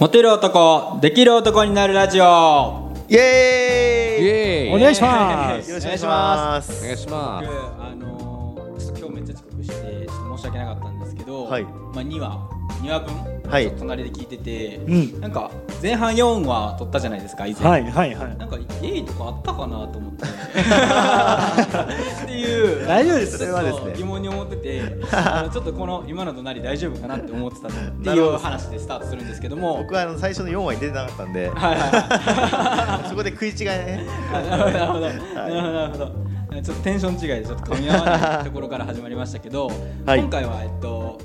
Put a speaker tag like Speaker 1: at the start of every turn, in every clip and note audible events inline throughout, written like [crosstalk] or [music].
Speaker 1: モテる男できる男になるラジオ
Speaker 2: イエーイ
Speaker 3: エーイ
Speaker 4: お願いします
Speaker 2: よろしくお願いしま
Speaker 3: お
Speaker 2: す
Speaker 3: 願いしま
Speaker 1: 僕
Speaker 3: す
Speaker 1: あのーちょっと今日めっちゃ遅刻してちょっと申し訳なかったんですけど、
Speaker 2: はい
Speaker 1: まあ2話2話分、
Speaker 2: はい
Speaker 1: ちょっと隣で聞いてて、
Speaker 4: ん
Speaker 1: なんか前半4話撮ったじゃないですか以前、
Speaker 4: はいはいはい
Speaker 1: なんかゲイとかあったかなと思って
Speaker 4: [laughs]
Speaker 1: っていう
Speaker 4: 大丈夫です
Speaker 2: それはです
Speaker 1: ち
Speaker 2: ね
Speaker 1: ょっと疑問に思って
Speaker 4: [laughs]
Speaker 1: てあのちょっとこの今の隣大丈夫かなって思ってたって
Speaker 2: ないるほ
Speaker 1: う
Speaker 2: ど
Speaker 1: 話でスタートするんですけども
Speaker 2: 僕はあの最初の4話に出てなかったんで
Speaker 1: はいはい
Speaker 2: そこで食い違いね
Speaker 1: はいなるほどなるほどなるほどなるほどちょっとテンション違いでちょっと噛み合わないところから始まりましたけど、
Speaker 2: はい
Speaker 1: 今回はえっと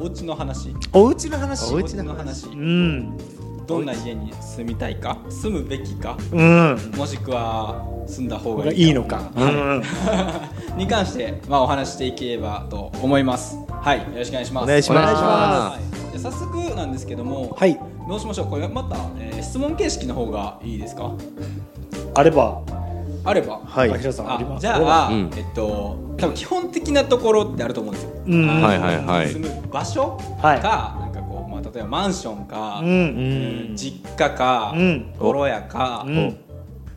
Speaker 1: お家の話
Speaker 4: お家の話
Speaker 1: お
Speaker 2: お家
Speaker 1: 家の
Speaker 2: の
Speaker 1: 話
Speaker 2: 話
Speaker 4: うん
Speaker 1: どんな家に住みたいか住むべきか
Speaker 4: うん
Speaker 1: もしくは住んだ方が
Speaker 4: いいのかうん
Speaker 1: [laughs] に関して、まあ、お話ししていければと思います。はい、よろしくお願いします。
Speaker 2: お願いします
Speaker 3: お願いします
Speaker 1: はいじゃあ早速なんですけども、
Speaker 4: はい
Speaker 1: どうしましょう。これまた、えー質問形式の方がいいですか？
Speaker 4: あれば
Speaker 1: あれば。
Speaker 2: はい
Speaker 4: あきらさんあり
Speaker 1: あ
Speaker 4: ます
Speaker 1: じゃあ、
Speaker 3: うん
Speaker 1: えっと多分基本的なところってあると思うんですよ。
Speaker 4: うん
Speaker 1: あの
Speaker 3: はいはいはい
Speaker 1: 住む場所か、
Speaker 4: はい
Speaker 1: なんかこうまあ例えばマンションか、
Speaker 4: う
Speaker 1: うんん実家か、
Speaker 4: うん
Speaker 1: ボロ屋か、
Speaker 4: うん
Speaker 1: っ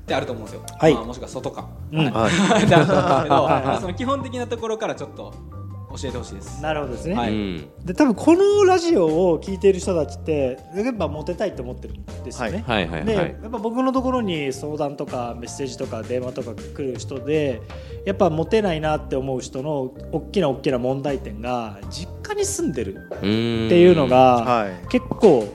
Speaker 1: てあると思うんですよ。
Speaker 4: はい
Speaker 1: まあもしくは外か。 [laughs]
Speaker 4: うん
Speaker 2: はい
Speaker 1: ってあると思うんですけど、まあその基本的なところからちょっと教えてほしいです。
Speaker 4: なるほどですね、
Speaker 1: は
Speaker 3: う
Speaker 1: い
Speaker 3: ん
Speaker 4: で多分このラジオを聞いている人たちってやっぱモテたいと思ってるんですよね、
Speaker 3: はいはい
Speaker 4: で
Speaker 3: は
Speaker 4: や
Speaker 3: い
Speaker 4: っぱ僕のところに相談とかメッセージとか電話とか来る人でやっぱモテないなって思う人の大きな大きな問題点が実家に住んでる
Speaker 3: っ
Speaker 4: っていうのが
Speaker 2: はい
Speaker 4: 結構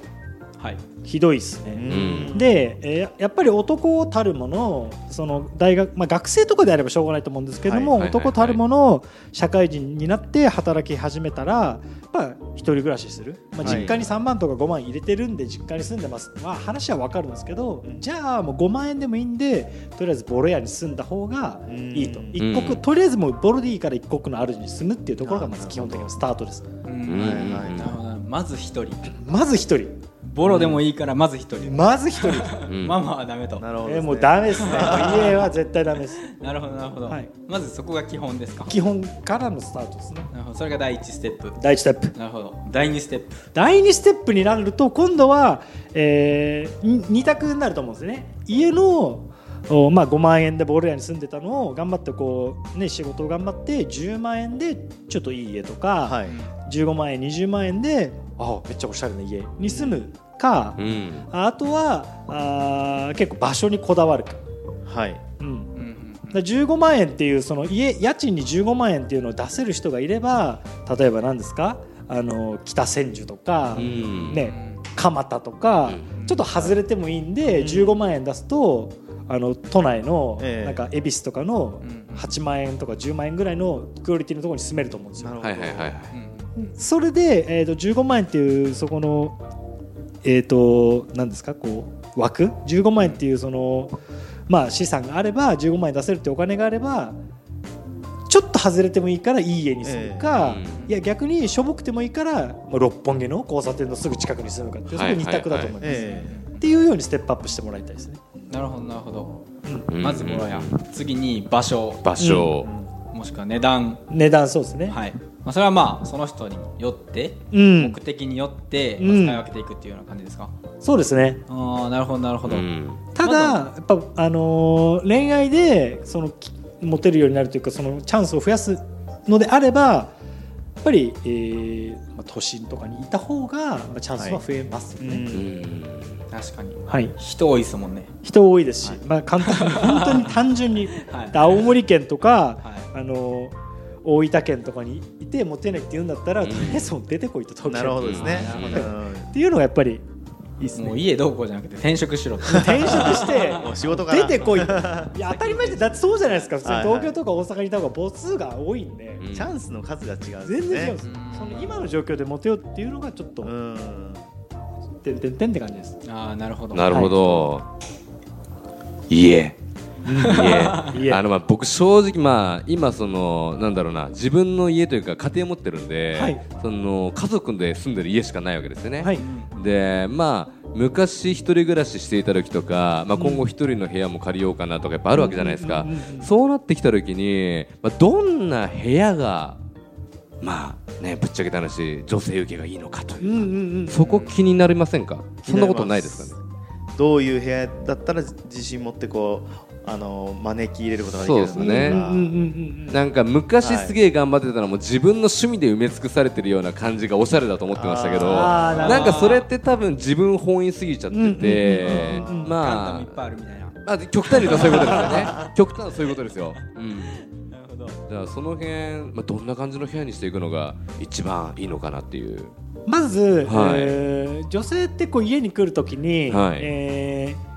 Speaker 1: はい。
Speaker 4: ひどいですね。
Speaker 3: ん
Speaker 4: で、えーやっぱり男たるものその大学、まあ、学生とかであればしょうがないと思うんですけども、
Speaker 3: はいはいはいはい
Speaker 4: 男たるもの社会人になって働き始めたら、まあ、一人暮らしする、まあ、
Speaker 2: はい
Speaker 4: 実家に3万とか5万入れてるんで実家に住んでます、まあ、話は分かるんですけどじゃあもう5万円でもいいんでとりあえずボロ屋に住んだ方がいいと
Speaker 2: うん
Speaker 4: 一
Speaker 3: う
Speaker 4: 国
Speaker 3: ん
Speaker 4: とりあえずもうボロディから一国の主に住むっていうところがまず基本的なスタートです
Speaker 1: う
Speaker 3: うん
Speaker 1: ん。
Speaker 2: はいはい
Speaker 1: なるほど。まず一人。
Speaker 4: まず一人
Speaker 1: ボロでもいいからまず一人。
Speaker 4: まず一
Speaker 3: [laughs]
Speaker 4: 人
Speaker 3: うん
Speaker 1: ママはダメと。な
Speaker 2: なるほどです
Speaker 4: え
Speaker 2: ね
Speaker 4: ーもうダメで
Speaker 3: [laughs]
Speaker 4: すね家は絶対ダメです
Speaker 1: るほどなるほど
Speaker 4: はい。
Speaker 1: まずそこが基本ですか。
Speaker 4: 基本からのスタートですね
Speaker 1: なるほど。それが第一ステップ。
Speaker 4: 第1ステップ
Speaker 1: なるほど。第二ステップ。
Speaker 4: 第2ステップになると今度は、え2択になると思うんですよね家のおまあ、5万円でボール屋に住んでたのを頑張ってこう、ね、仕事を頑張って10万円でちょっといい家とか、
Speaker 2: はい
Speaker 4: 15万円20万円であめっちゃおしゃれな家に住むか、
Speaker 3: うん
Speaker 4: あとはあー結構場所にこだわるか、
Speaker 2: はい
Speaker 4: うん、
Speaker 1: うんうん
Speaker 4: だから15万円っていうその家家賃に15万円っていうのを出せる人がいれば例えば何ですかあの北千住とか、
Speaker 3: うん
Speaker 1: う
Speaker 4: ね、
Speaker 1: ん。
Speaker 4: 蒲田とか、
Speaker 3: う
Speaker 4: ちょっと外れてもいいんで、
Speaker 2: うん
Speaker 4: 15万円出すとあの都内の
Speaker 2: ええ
Speaker 4: なんか恵比寿とかの
Speaker 1: うん
Speaker 4: 8万円とか10万円ぐらいのクオリティのところに住めると思うんですよ。
Speaker 3: はいはいはいはい
Speaker 1: うん
Speaker 4: それで、えー、と15万円っていうそこのえっ、と何ですかこう枠15万円っていうそのまあ資産があれば15万円出せるってお金があればちょっと外れてもいいからいい家に住むか、
Speaker 3: え
Speaker 1: え
Speaker 4: いや逆にしょぼくてもいいから、まあ、六本木の交差点のすぐ近くに住むかっていうそ
Speaker 3: はい
Speaker 4: れ二択だと思います、
Speaker 2: え
Speaker 4: っていうようにステップアップしてもらいたいですね
Speaker 1: なるほどなるほど。
Speaker 3: うん
Speaker 1: まずボロ屋。次に場所。
Speaker 3: 場所
Speaker 1: もしくは値段。
Speaker 4: 値段そうですね、
Speaker 1: はい。まあそれはまあその人によって。
Speaker 4: うん
Speaker 1: 目的によって
Speaker 4: うん
Speaker 1: まあ使い分けていくっていうような感じですか、
Speaker 4: そうですね
Speaker 1: ああなるほどなるほど、
Speaker 3: うん
Speaker 4: ただやっぱあのー恋愛でそのきモテるようになるというかそのチャンスを増やすのであればやっぱり、えーまあ、都心とかにいた方が、まあ、チャンスは増えますよ
Speaker 2: う
Speaker 4: ね、はい
Speaker 3: うん
Speaker 1: 確かに
Speaker 4: はい
Speaker 1: 人多いですもんね
Speaker 4: 人多いですし、まあ、簡単に本当に単純に、
Speaker 1: はい
Speaker 4: で青森県とか、
Speaker 1: は
Speaker 4: あのー大分県とかにいてモテないって言うんだったら、
Speaker 3: うん
Speaker 4: とりあえずもう出てこいと東京
Speaker 2: なるほどですね
Speaker 1: なるほ
Speaker 4: っていうのがやっぱりいいですね
Speaker 1: もう家どうこうじゃなくて転職しろって
Speaker 4: 転職し
Speaker 2: [laughs]
Speaker 4: て
Speaker 2: うんもう仕事から
Speaker 4: 出てこいいや当たり前でだってそうじゃないですか普通
Speaker 2: はいはい
Speaker 4: 東京とか大阪にいた方が母数が多いんで
Speaker 3: うん
Speaker 2: チャンスの数が違うんで
Speaker 4: 全
Speaker 2: す
Speaker 4: 然違うん
Speaker 2: ね
Speaker 4: ですその今の状況でモテようっていうのがちょっと
Speaker 2: うん
Speaker 4: てんてんてんって感じです
Speaker 1: [laughs] ああなるほど
Speaker 3: なるほど家家
Speaker 4: [laughs] 家
Speaker 3: あのまあ僕正直まあ今そのなんだろうな自分の家というか家庭持ってるんで、
Speaker 4: はい
Speaker 3: その家族で住んでる家しかないわけですよね、
Speaker 4: はい
Speaker 3: でまあ昔一人暮らししていた時とか、まあ、今後一人の部屋も借りようかなとかやっぱあるわけじゃないですか、
Speaker 4: うんうんうんうん
Speaker 3: そうなってきた時に、まあ、どんな部屋がまあね、ぶっちゃけた話女性受けがいいのかというう、
Speaker 4: んうん
Speaker 3: そこ気になりませんかそんなことないですかね
Speaker 2: ねどういう部屋だったら自信持ってこうあの招き入れることができるのか
Speaker 3: そうですね
Speaker 4: うん
Speaker 2: と
Speaker 4: うん
Speaker 2: か
Speaker 4: うんうんうん
Speaker 3: なんか昔
Speaker 2: はい
Speaker 3: すげえ頑張ってたのも自分の趣味で埋め尽くされてるような感じがおしゃれだと思ってましたけど
Speaker 4: あーなるほど
Speaker 3: なんかそれって多分自分本位すぎちゃってて
Speaker 4: うんうんうんうんう
Speaker 1: ガン
Speaker 4: ん
Speaker 1: ダム
Speaker 3: ま
Speaker 1: いっぱいあるみたいな。
Speaker 3: あ、まあ、極端に言うとそういうことですよね極端はそういうことですよ、うん、
Speaker 1: なるほど。
Speaker 3: だからその辺、まあ、どんな感じの部屋にしていくのが一番いいのかなっていう
Speaker 4: まず、
Speaker 3: はい
Speaker 4: えー女性ってこう家に来るときに、
Speaker 3: はい
Speaker 4: えー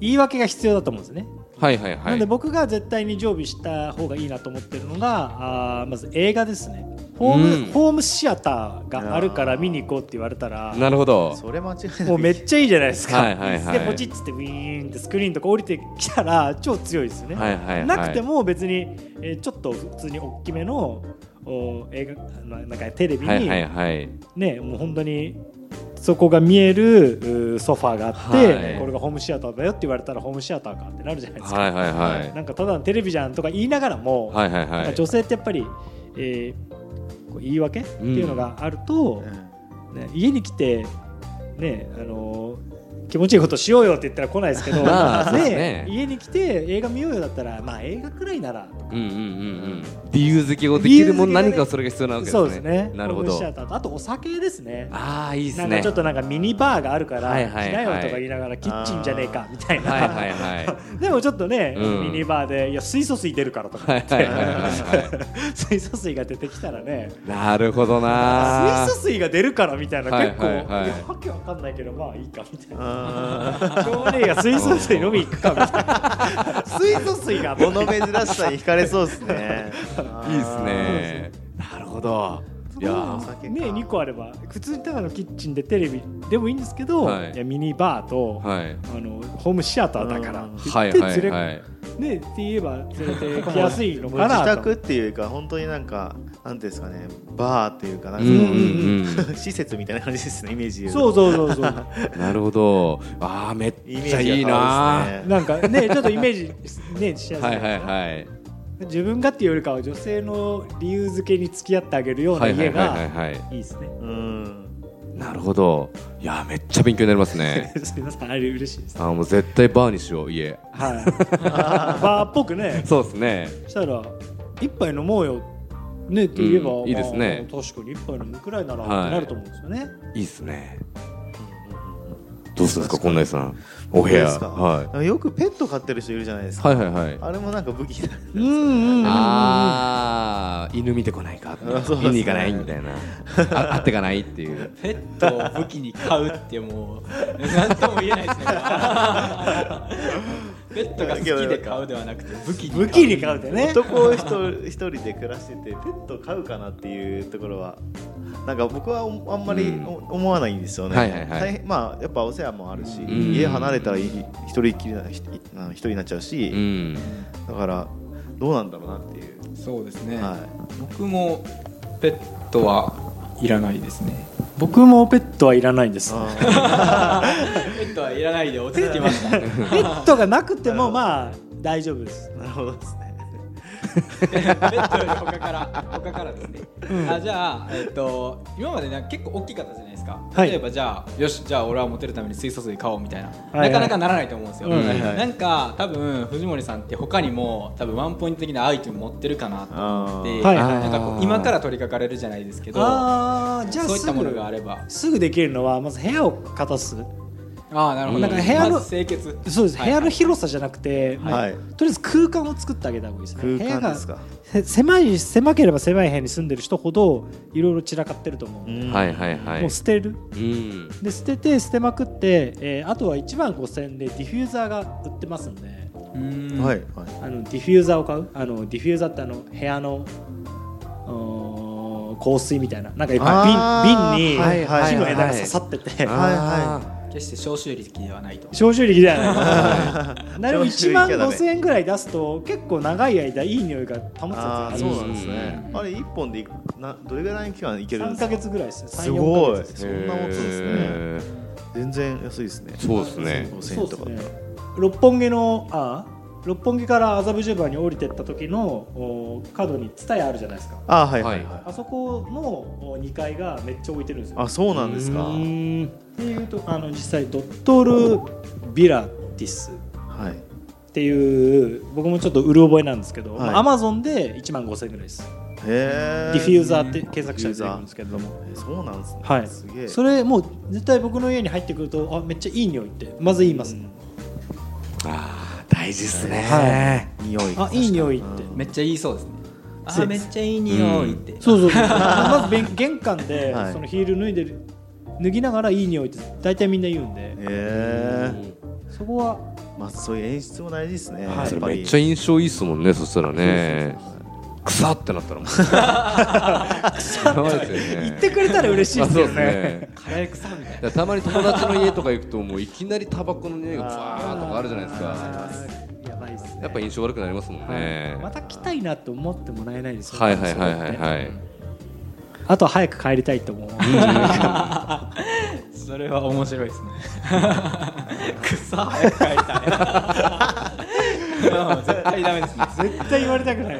Speaker 4: 言い訳が必要だと思うんですね、
Speaker 3: はいはいは
Speaker 4: ないので僕が絶対に常備した方がいいなと思ってるのがあーまず映画ですねホーム、
Speaker 3: うん
Speaker 4: ホームシアターがあるから
Speaker 2: あー
Speaker 4: 見に行こうって言われたら
Speaker 3: なるほど
Speaker 2: それ間違いない
Speaker 4: [laughs] もうめっちゃいいじゃないですか、
Speaker 3: はいはいはい
Speaker 4: でポチッつってウィーンってスクリーンとか降りてきたら超強いですよね、
Speaker 3: はいはいはい
Speaker 4: なくても別に、えーちょっと普通に大きめのお映画あのなんかテレビに、
Speaker 3: はいはいはい
Speaker 4: ね、もう本当にそこが見えるうーソファーがあって、
Speaker 3: はい
Speaker 4: これがホームシアターだよって言われたらホームシアターかってなるじゃないですか、
Speaker 3: はいはいはい
Speaker 4: なんかただのテレビじゃんとか言いながらも、
Speaker 3: はいはい
Speaker 4: なん
Speaker 3: は
Speaker 4: か
Speaker 3: い
Speaker 4: 女性ってやっぱり、えーこう言い訳っていうのがあると、ね、家に来て、ねあのー気持ちいいことしようよって言ったら来ないですけ
Speaker 3: [laughs]
Speaker 4: ど、
Speaker 3: まあそうですね
Speaker 4: 家に来て映画見ようよだったら、まあ、映画くらいなら
Speaker 3: うんうんうんうん理由付けをできるもん
Speaker 4: 理由付けがね
Speaker 3: 何かそれが必要なわけですね
Speaker 4: そうですね
Speaker 3: なるほ
Speaker 4: ホーム
Speaker 3: ど
Speaker 4: シアターとあとお酒ですね。
Speaker 3: ああいいです
Speaker 4: な
Speaker 3: ね
Speaker 4: んかちょっとなんかミニバーがあるから、
Speaker 3: は
Speaker 4: 来
Speaker 3: いはいはい
Speaker 4: なよとか言いながらキッチンじゃねえかみたいな、
Speaker 3: はいはいはい
Speaker 4: [laughs] でもちょっとね、
Speaker 3: うん
Speaker 4: ミニバーでいや水素水出るからとか
Speaker 3: は
Speaker 4: 言
Speaker 3: い
Speaker 4: っ
Speaker 3: はい
Speaker 4: て、
Speaker 3: はいは
Speaker 4: [laughs] 水素水が出てきたらね
Speaker 3: いなるほどな
Speaker 4: 水素水が出るからみたいな、
Speaker 3: はい
Speaker 4: 結構、
Speaker 3: はいいはい
Speaker 4: やわけわかんないけどまあいいかみたいな。
Speaker 2: あー
Speaker 4: しょうがねえや水素水飲み行くかみたいな水素
Speaker 3: [laughs]
Speaker 4: 水が
Speaker 2: 物珍しさに惹かれそうですね
Speaker 3: いいですねなるほどいや
Speaker 2: お
Speaker 3: ー
Speaker 2: 酒か
Speaker 4: ね二個あれば普通にただのキッチンでテレビでもいいんですけど、
Speaker 3: はい
Speaker 4: い、やミニバーと、
Speaker 3: はい
Speaker 4: あのホームシアターだから
Speaker 2: うん
Speaker 4: って
Speaker 3: は
Speaker 4: 言
Speaker 3: い
Speaker 4: って
Speaker 3: はい
Speaker 4: 連れ
Speaker 3: はい
Speaker 4: ねって言えば連れてきやすいの
Speaker 2: もう
Speaker 4: かな
Speaker 2: [laughs] 自
Speaker 4: と
Speaker 2: 宅っていうか本当になんかなんていうんですかねバーっていうかなん
Speaker 3: う
Speaker 2: か
Speaker 3: んうん
Speaker 2: [laughs]
Speaker 3: う
Speaker 2: 施設みたいな感じですねイメージで言
Speaker 4: そうそうそうそう。
Speaker 3: ん [laughs] なるほどああめっ
Speaker 2: イメ
Speaker 3: ちゃ
Speaker 2: ージが
Speaker 3: いいな
Speaker 2: 変わるっすね
Speaker 4: なんかね、ちょっとイメージ、ね、しやすい。
Speaker 3: はいはいはい
Speaker 4: 自分がっていうよりかは、女性の理由付けに付き合ってあげるような
Speaker 3: はいは
Speaker 4: 家
Speaker 3: いはいはい
Speaker 4: が。
Speaker 3: はい
Speaker 4: いいですね。 [laughs]
Speaker 2: うん
Speaker 3: なるほどいやーめっちゃ勉強になりますね
Speaker 2: [laughs]
Speaker 4: すみません、あれ嬉しいです。
Speaker 3: あーもう絶対バーにしよう家
Speaker 2: [laughs]
Speaker 4: はい。バーっぽくね、
Speaker 3: そうですね
Speaker 4: したら、一杯飲もうよ。ねって言えば、
Speaker 3: うんいいですね
Speaker 4: まあ確かに一杯飲むくらいなら、
Speaker 3: はい
Speaker 4: ってなると思うんですよね。
Speaker 3: いいっすねどうするんですかこんなさんお部
Speaker 2: どう
Speaker 3: 屋
Speaker 2: ですか
Speaker 3: は
Speaker 2: よくペット飼ってる人いるじゃないです
Speaker 3: い
Speaker 2: か、
Speaker 3: はいはいはい
Speaker 2: あれもなんか武器だ
Speaker 4: うんうんうん。
Speaker 3: あー犬見てこないか
Speaker 2: あそうですね
Speaker 3: 見に行かないみたいなあ会ってかないっていう
Speaker 2: [laughs]
Speaker 1: ペットを武器に買うってもう何とも言えないです
Speaker 4: [laughs]
Speaker 1: ね。ペットが好きで買うではなくて武器に買う
Speaker 4: 武器に買うってね。
Speaker 2: [laughs] 男一人一人で暮らしててペット飼うかなっていうところはなんか僕はおあんまり
Speaker 3: うん
Speaker 2: お思わないんですよね、
Speaker 3: はいはいはい
Speaker 2: 大変まあやっぱお世話もあるし、
Speaker 3: ん
Speaker 2: 家離れたらい一人っきりなひあの一人になっちゃうし、
Speaker 3: うん
Speaker 2: だからどうなんだろうなっていう、
Speaker 3: [laughs]
Speaker 1: そうですね。
Speaker 2: は
Speaker 1: 僕もペットはいらないですね。
Speaker 4: 僕もペットはいらないんです。
Speaker 2: い、
Speaker 1: ペットはいらないで落ち着きま
Speaker 4: [laughs]
Speaker 1: した。
Speaker 4: ペットがなくても、まあ、大丈夫です。
Speaker 2: なるほどですね
Speaker 1: ベッドより他から他からですね。あじゃあえっと今までね結構大きかったじゃないですか。
Speaker 4: はい
Speaker 1: 例えばじゃあよしじゃあ俺はモテるために水素水買おうみたいな、
Speaker 4: はい
Speaker 1: なかなかならないと思うんですよ。
Speaker 4: うん
Speaker 2: はいはい
Speaker 1: なんか多分藤森さんって他にも多分ワンポイント的なアイテム持ってるかなと思って、
Speaker 4: あーはい
Speaker 1: なんかこう今から取り掛かれるじゃないですけど。
Speaker 4: ああ、じゃあ
Speaker 1: そういっ
Speaker 4: す
Speaker 1: たものがあ
Speaker 4: ぐ
Speaker 1: れば、
Speaker 4: すぐできるのはまず部屋を片す。
Speaker 1: ああなるほど。
Speaker 4: なんか部屋の
Speaker 1: まず清潔。
Speaker 4: そうです。
Speaker 1: は
Speaker 4: 部
Speaker 1: い
Speaker 4: 屋の広さじゃなくて、もう
Speaker 2: はい
Speaker 4: とりあえず空間を作ってあげた方がいいですね。部
Speaker 2: 空
Speaker 4: 屋
Speaker 2: 間
Speaker 4: が
Speaker 2: ですか
Speaker 4: せ狭い狭ければ狭い部屋に住んでる人ほどいろいろ散らかってると思う。
Speaker 2: うん
Speaker 3: はいはいは
Speaker 4: も
Speaker 3: いう
Speaker 4: 捨てる。
Speaker 3: うん
Speaker 4: で捨てて捨てまくって、えーあとは1万5000円でディフューザーが売ってますんで、
Speaker 1: うーん
Speaker 2: はいはい
Speaker 4: あのディフューザーを買う。あのディフューザーってあの部屋の。うーん香水みたいななんかいっぱ
Speaker 2: あー
Speaker 4: い瓶瓶に
Speaker 2: はいはいはい
Speaker 4: 木の枝が刺さってて、
Speaker 2: は
Speaker 1: 決して消臭力ではないと。
Speaker 4: 消臭力
Speaker 2: [laughs]
Speaker 4: じゃないなでも
Speaker 2: 消臭
Speaker 4: 1
Speaker 2: 力は
Speaker 4: 万
Speaker 2: ダメ
Speaker 4: 5000円ぐらい出すと結構長い間いい匂いが保つや
Speaker 2: あ
Speaker 4: つ
Speaker 2: あそ
Speaker 4: があ
Speaker 2: う
Speaker 4: る
Speaker 2: なんですねあれ一本でいなどれぐらいの期間いけるん
Speaker 4: 3
Speaker 2: です
Speaker 4: ヶ
Speaker 2: か
Speaker 4: 月ぐらいですよ
Speaker 2: すごい
Speaker 4: 3 4ヶ月
Speaker 2: そんなもんですね
Speaker 3: へー
Speaker 2: 全然安いですね
Speaker 3: そうですね
Speaker 2: 5000
Speaker 4: そう
Speaker 2: 円
Speaker 4: で
Speaker 2: と
Speaker 4: す
Speaker 2: か
Speaker 4: ね六本木のあ六本木から麻布十番に降りてった時のお角に蔦屋あるじゃないですか
Speaker 2: あはいはい、
Speaker 3: は
Speaker 2: はい、
Speaker 4: あそこの2階がめっちゃ置いてるんですよ
Speaker 2: あそうなんですか
Speaker 4: うーんっていうとあの実際ドットル・ビラティス
Speaker 2: はい
Speaker 4: っていう僕もちょっとうる覚えなんですけど、
Speaker 2: はい
Speaker 4: アマゾンで1万5000円ぐらいです、
Speaker 2: へえ
Speaker 4: ディフューザーって検索したら出てくるんですけれども
Speaker 2: そうなんですね、
Speaker 4: はい
Speaker 2: すげえ
Speaker 4: それもう絶対僕の家に入ってくるとあめっちゃいい匂いってまず言います、
Speaker 3: 大事ですね
Speaker 4: は
Speaker 2: 匂い
Speaker 4: あいい匂いって
Speaker 2: うん
Speaker 1: めっちゃ言いそうですねあ
Speaker 4: そう
Speaker 1: ーめ
Speaker 4: です
Speaker 1: っちゃいい匂いって、
Speaker 4: そ
Speaker 3: [laughs]
Speaker 4: うそうそうまずべん玄関で、
Speaker 2: はい
Speaker 4: そのヒール脱いでる脱ぎながらいい匂いって大体みんな言うんで
Speaker 2: へえ
Speaker 4: そこは
Speaker 2: まあそういう演出も大事ですね、
Speaker 4: はい
Speaker 2: やっ
Speaker 3: それ
Speaker 2: ぱり
Speaker 3: めっちゃ印象いいっすもんねそしたらね
Speaker 2: そうそうそう
Speaker 3: 草ってなったらもう草って
Speaker 4: 言ってくれたら嬉しいですよね。
Speaker 1: カレー草みたい
Speaker 3: だからたまに友達の家とか行くともういきなりタバコの匂いがバーンとかあるじゃないですか
Speaker 4: か。 [laughs] やばいですね。
Speaker 3: やっぱ印象悪くなりますもんね、
Speaker 4: はいまた来たいなと思ってもらえないですよね。
Speaker 3: はいはいはいはい
Speaker 4: い。
Speaker 3: はい
Speaker 4: あとは早く帰りたいと思う。
Speaker 1: な [laughs] それは面白いですね [laughs] 草早く帰 [laughs] りたいまあまあ絶対ダメですね
Speaker 4: 絶対言われたくない。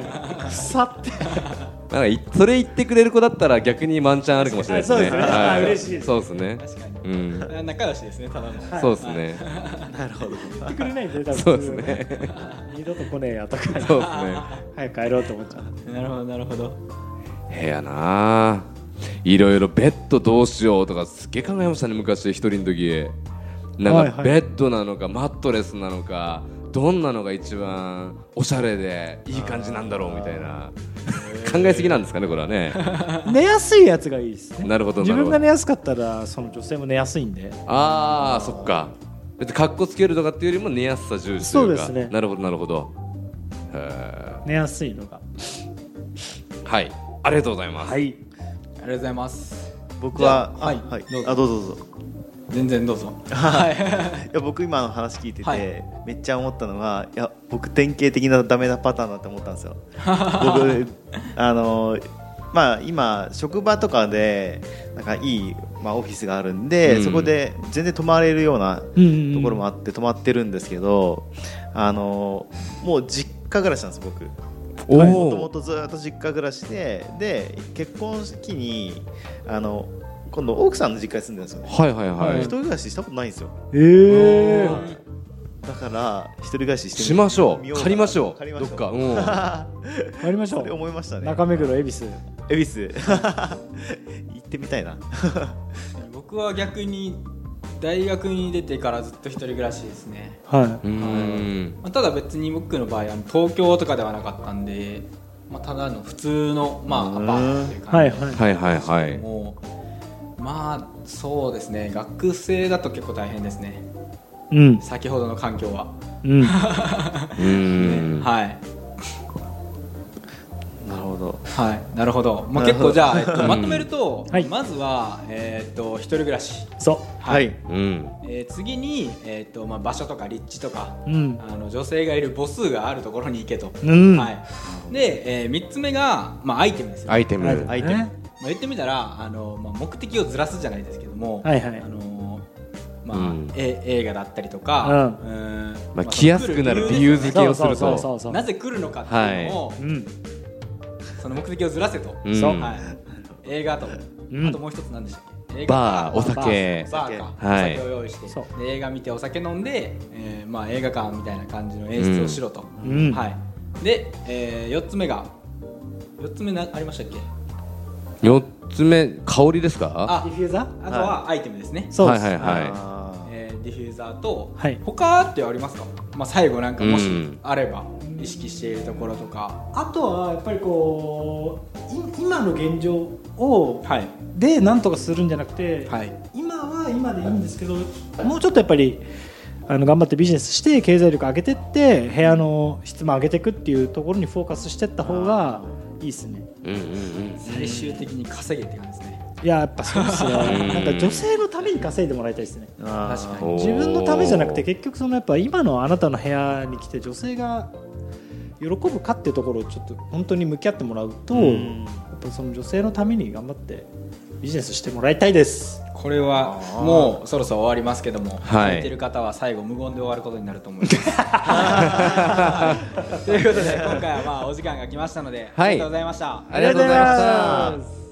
Speaker 4: 腐って。
Speaker 3: まあ、なんかいそれ言ってくれる子だったら逆にワンチャンあるかもしれないですね
Speaker 4: そうですね
Speaker 3: は
Speaker 4: あ嬉しいです
Speaker 3: そうですね
Speaker 1: 確か
Speaker 3: う
Speaker 1: に、
Speaker 3: ん
Speaker 1: 仲良しですねただの
Speaker 3: そうですね
Speaker 2: なるほど
Speaker 4: 言ってくれないんで、多分。
Speaker 3: そうですね。
Speaker 4: [laughs] 二度と来ねえやとか。
Speaker 3: そうですね
Speaker 4: 早く帰ろうと思っちゃう。
Speaker 1: なるほどなるほど
Speaker 3: へやないろいろベッドどうしようとかすっげえ考えましたね昔一人の時な
Speaker 4: は
Speaker 3: ん
Speaker 4: いは
Speaker 3: か
Speaker 4: い
Speaker 3: ベッドなのかマットレスなのかどんなのが一番おしゃれでいい感じなんだろうみたいな考えすぎなんですかねこれはね
Speaker 4: 寝やすいやつがいいですね。
Speaker 3: なるほどな
Speaker 4: 自
Speaker 3: るほ
Speaker 4: 分
Speaker 3: ど
Speaker 4: が寝やすかったら、その女性も寝やすいんで。
Speaker 3: ああそっかだってかっこつけるとかっていうよりも寝やすさ重視というか
Speaker 4: そうですね
Speaker 3: なるほどなるほどへ
Speaker 4: 寝やすいのが。
Speaker 3: ーはいありがとうございま
Speaker 1: あ
Speaker 3: す、
Speaker 4: い。
Speaker 1: りがとうございます
Speaker 2: 僕は
Speaker 1: じゃあはい
Speaker 2: あはい
Speaker 1: どうぞ
Speaker 2: あどうぞどうぞ
Speaker 1: 全然どうぞ [laughs]
Speaker 2: いや僕今の話聞いてて、
Speaker 1: はい
Speaker 2: めっちゃ思ったのがいや僕典型的なダメなパターンだと思ったんです
Speaker 4: [laughs]
Speaker 2: よ僕あのまあ今職場とかでなんかいい、まあ、オフィスがあるんで、
Speaker 3: うん
Speaker 2: そこで全然泊まれるようなと
Speaker 4: うん。
Speaker 2: ころもあって泊まってるんですけど、あのもう実家暮らしなんです僕
Speaker 3: お
Speaker 2: もとも
Speaker 3: お
Speaker 2: とずっと実家暮らしでで結婚式にあの今度奥さんの実家に住んでるんですよね、
Speaker 3: はいはいはい、
Speaker 2: 一人暮らししたことないんですよ
Speaker 4: ええ。
Speaker 2: だから一人暮らししてみ
Speaker 3: しましょ
Speaker 2: 見
Speaker 3: う
Speaker 2: よかな
Speaker 3: 借りましょう
Speaker 2: 借りましょう
Speaker 3: どっかうん
Speaker 2: [laughs]
Speaker 4: やりましょ
Speaker 2: それ
Speaker 4: う。
Speaker 2: 思いましたね
Speaker 4: 中目黒恵比寿。
Speaker 2: 恵比寿 [laughs] 行ってみたいな
Speaker 1: 僕は逆に大学に出てからずっと一人暮らしですね、
Speaker 4: は
Speaker 3: う
Speaker 1: [laughs]
Speaker 3: ーん
Speaker 1: まあ、ただ別に僕の場合あの東京とかではなかったんで、まあ、ただの普通の、まあ、アパートっていう
Speaker 4: い。は
Speaker 1: 感
Speaker 4: い
Speaker 1: じで
Speaker 4: はい。
Speaker 3: はいはいはい
Speaker 1: もうまあそうですね学生だと結構大変ですね
Speaker 4: うん。
Speaker 1: 先ほどの環境は、
Speaker 4: うん。
Speaker 3: うーん
Speaker 1: はい
Speaker 2: なるほど
Speaker 1: はいなるほど、まあ、
Speaker 2: なる
Speaker 1: 結
Speaker 2: ほど
Speaker 1: 構じゃあ、えっと
Speaker 3: うん
Speaker 1: まとめると、
Speaker 4: はい
Speaker 1: まずは、えーっと一人暮らし、
Speaker 4: [laughs] そう。
Speaker 2: はい
Speaker 3: うん
Speaker 1: えー次に、えーっとまあ、場所とか立地とか
Speaker 4: うん。
Speaker 1: あの女性がいる母数があるところに行けと、
Speaker 4: うん
Speaker 1: はい、で、え3つ目が、まあ、アイテムですよ、
Speaker 3: アイテム
Speaker 2: アイテム
Speaker 4: ね
Speaker 1: まあ、言ってみたらあの、まあ、目的をずらすじゃないですけども、
Speaker 4: はいはい
Speaker 1: あのまあ
Speaker 3: うん
Speaker 1: え映画だったりとか、うーん
Speaker 3: まあ来やすくなる理由付けをする
Speaker 4: そ
Speaker 3: と
Speaker 4: うそうそうそう
Speaker 1: なぜ来るのかっていうのを、
Speaker 4: うん。
Speaker 1: その目的をずらせと、
Speaker 3: うん
Speaker 4: そう
Speaker 1: はい、映画と、
Speaker 4: うん
Speaker 1: あともう一つ何でしたっけ映画
Speaker 3: バーお酒
Speaker 1: バーかお
Speaker 3: お酒はい
Speaker 1: 酒を用意して、
Speaker 4: そ
Speaker 1: で映画見てお酒飲んで、えーまあ、映画館みたいな感じの演出をしろと、
Speaker 4: うん
Speaker 1: はい、で、え4つ目が4つ目なありましたっけ
Speaker 3: 四つ目香りですか
Speaker 1: あ
Speaker 4: ディフューザー
Speaker 1: あとはアイテムですね、
Speaker 4: そうです。
Speaker 3: はいはいはい
Speaker 2: あ
Speaker 1: えーディフューザーと、
Speaker 4: はい
Speaker 1: 他ってありますか、まあ、最後なんかも
Speaker 3: う
Speaker 1: し
Speaker 3: ん
Speaker 1: あれば意識しているところとか、
Speaker 4: あとはやっぱりこうい今の現状を
Speaker 1: はい
Speaker 4: でなんとかするんじゃなくて、
Speaker 1: はい
Speaker 4: 今は今でいいんですけどもうちょっとやっぱりあの頑張ってビジネスして経済力上げてって部屋の質も上げていくっていうところにフォーカスしていった方がいいですね。
Speaker 3: うんうんうん
Speaker 1: 最終的に稼げって感じですね、
Speaker 4: いややっぱそうですね。
Speaker 3: ん
Speaker 4: なんか女性のために稼いでもらいたいですね。
Speaker 2: ーあー
Speaker 1: 確か
Speaker 3: おー
Speaker 4: 自分のためじゃなくて結局そのやっぱ今のあなたの部屋に来て女性が喜ぶかっていうところをちょっと本当に向き合ってもらうと、
Speaker 2: う
Speaker 4: や
Speaker 2: ん
Speaker 4: っぱその女性のために頑張ってビジネスしてもらいたいです
Speaker 1: これはもうそろそろ終わりますけども、
Speaker 3: はい
Speaker 1: 聞いてる方は最後無言で終わることになると思い
Speaker 3: [laughs]
Speaker 1: ます。ということで今回はまあお時間が来ましたので、
Speaker 3: はい
Speaker 1: ありがとうございました。
Speaker 3: ありがとうございました。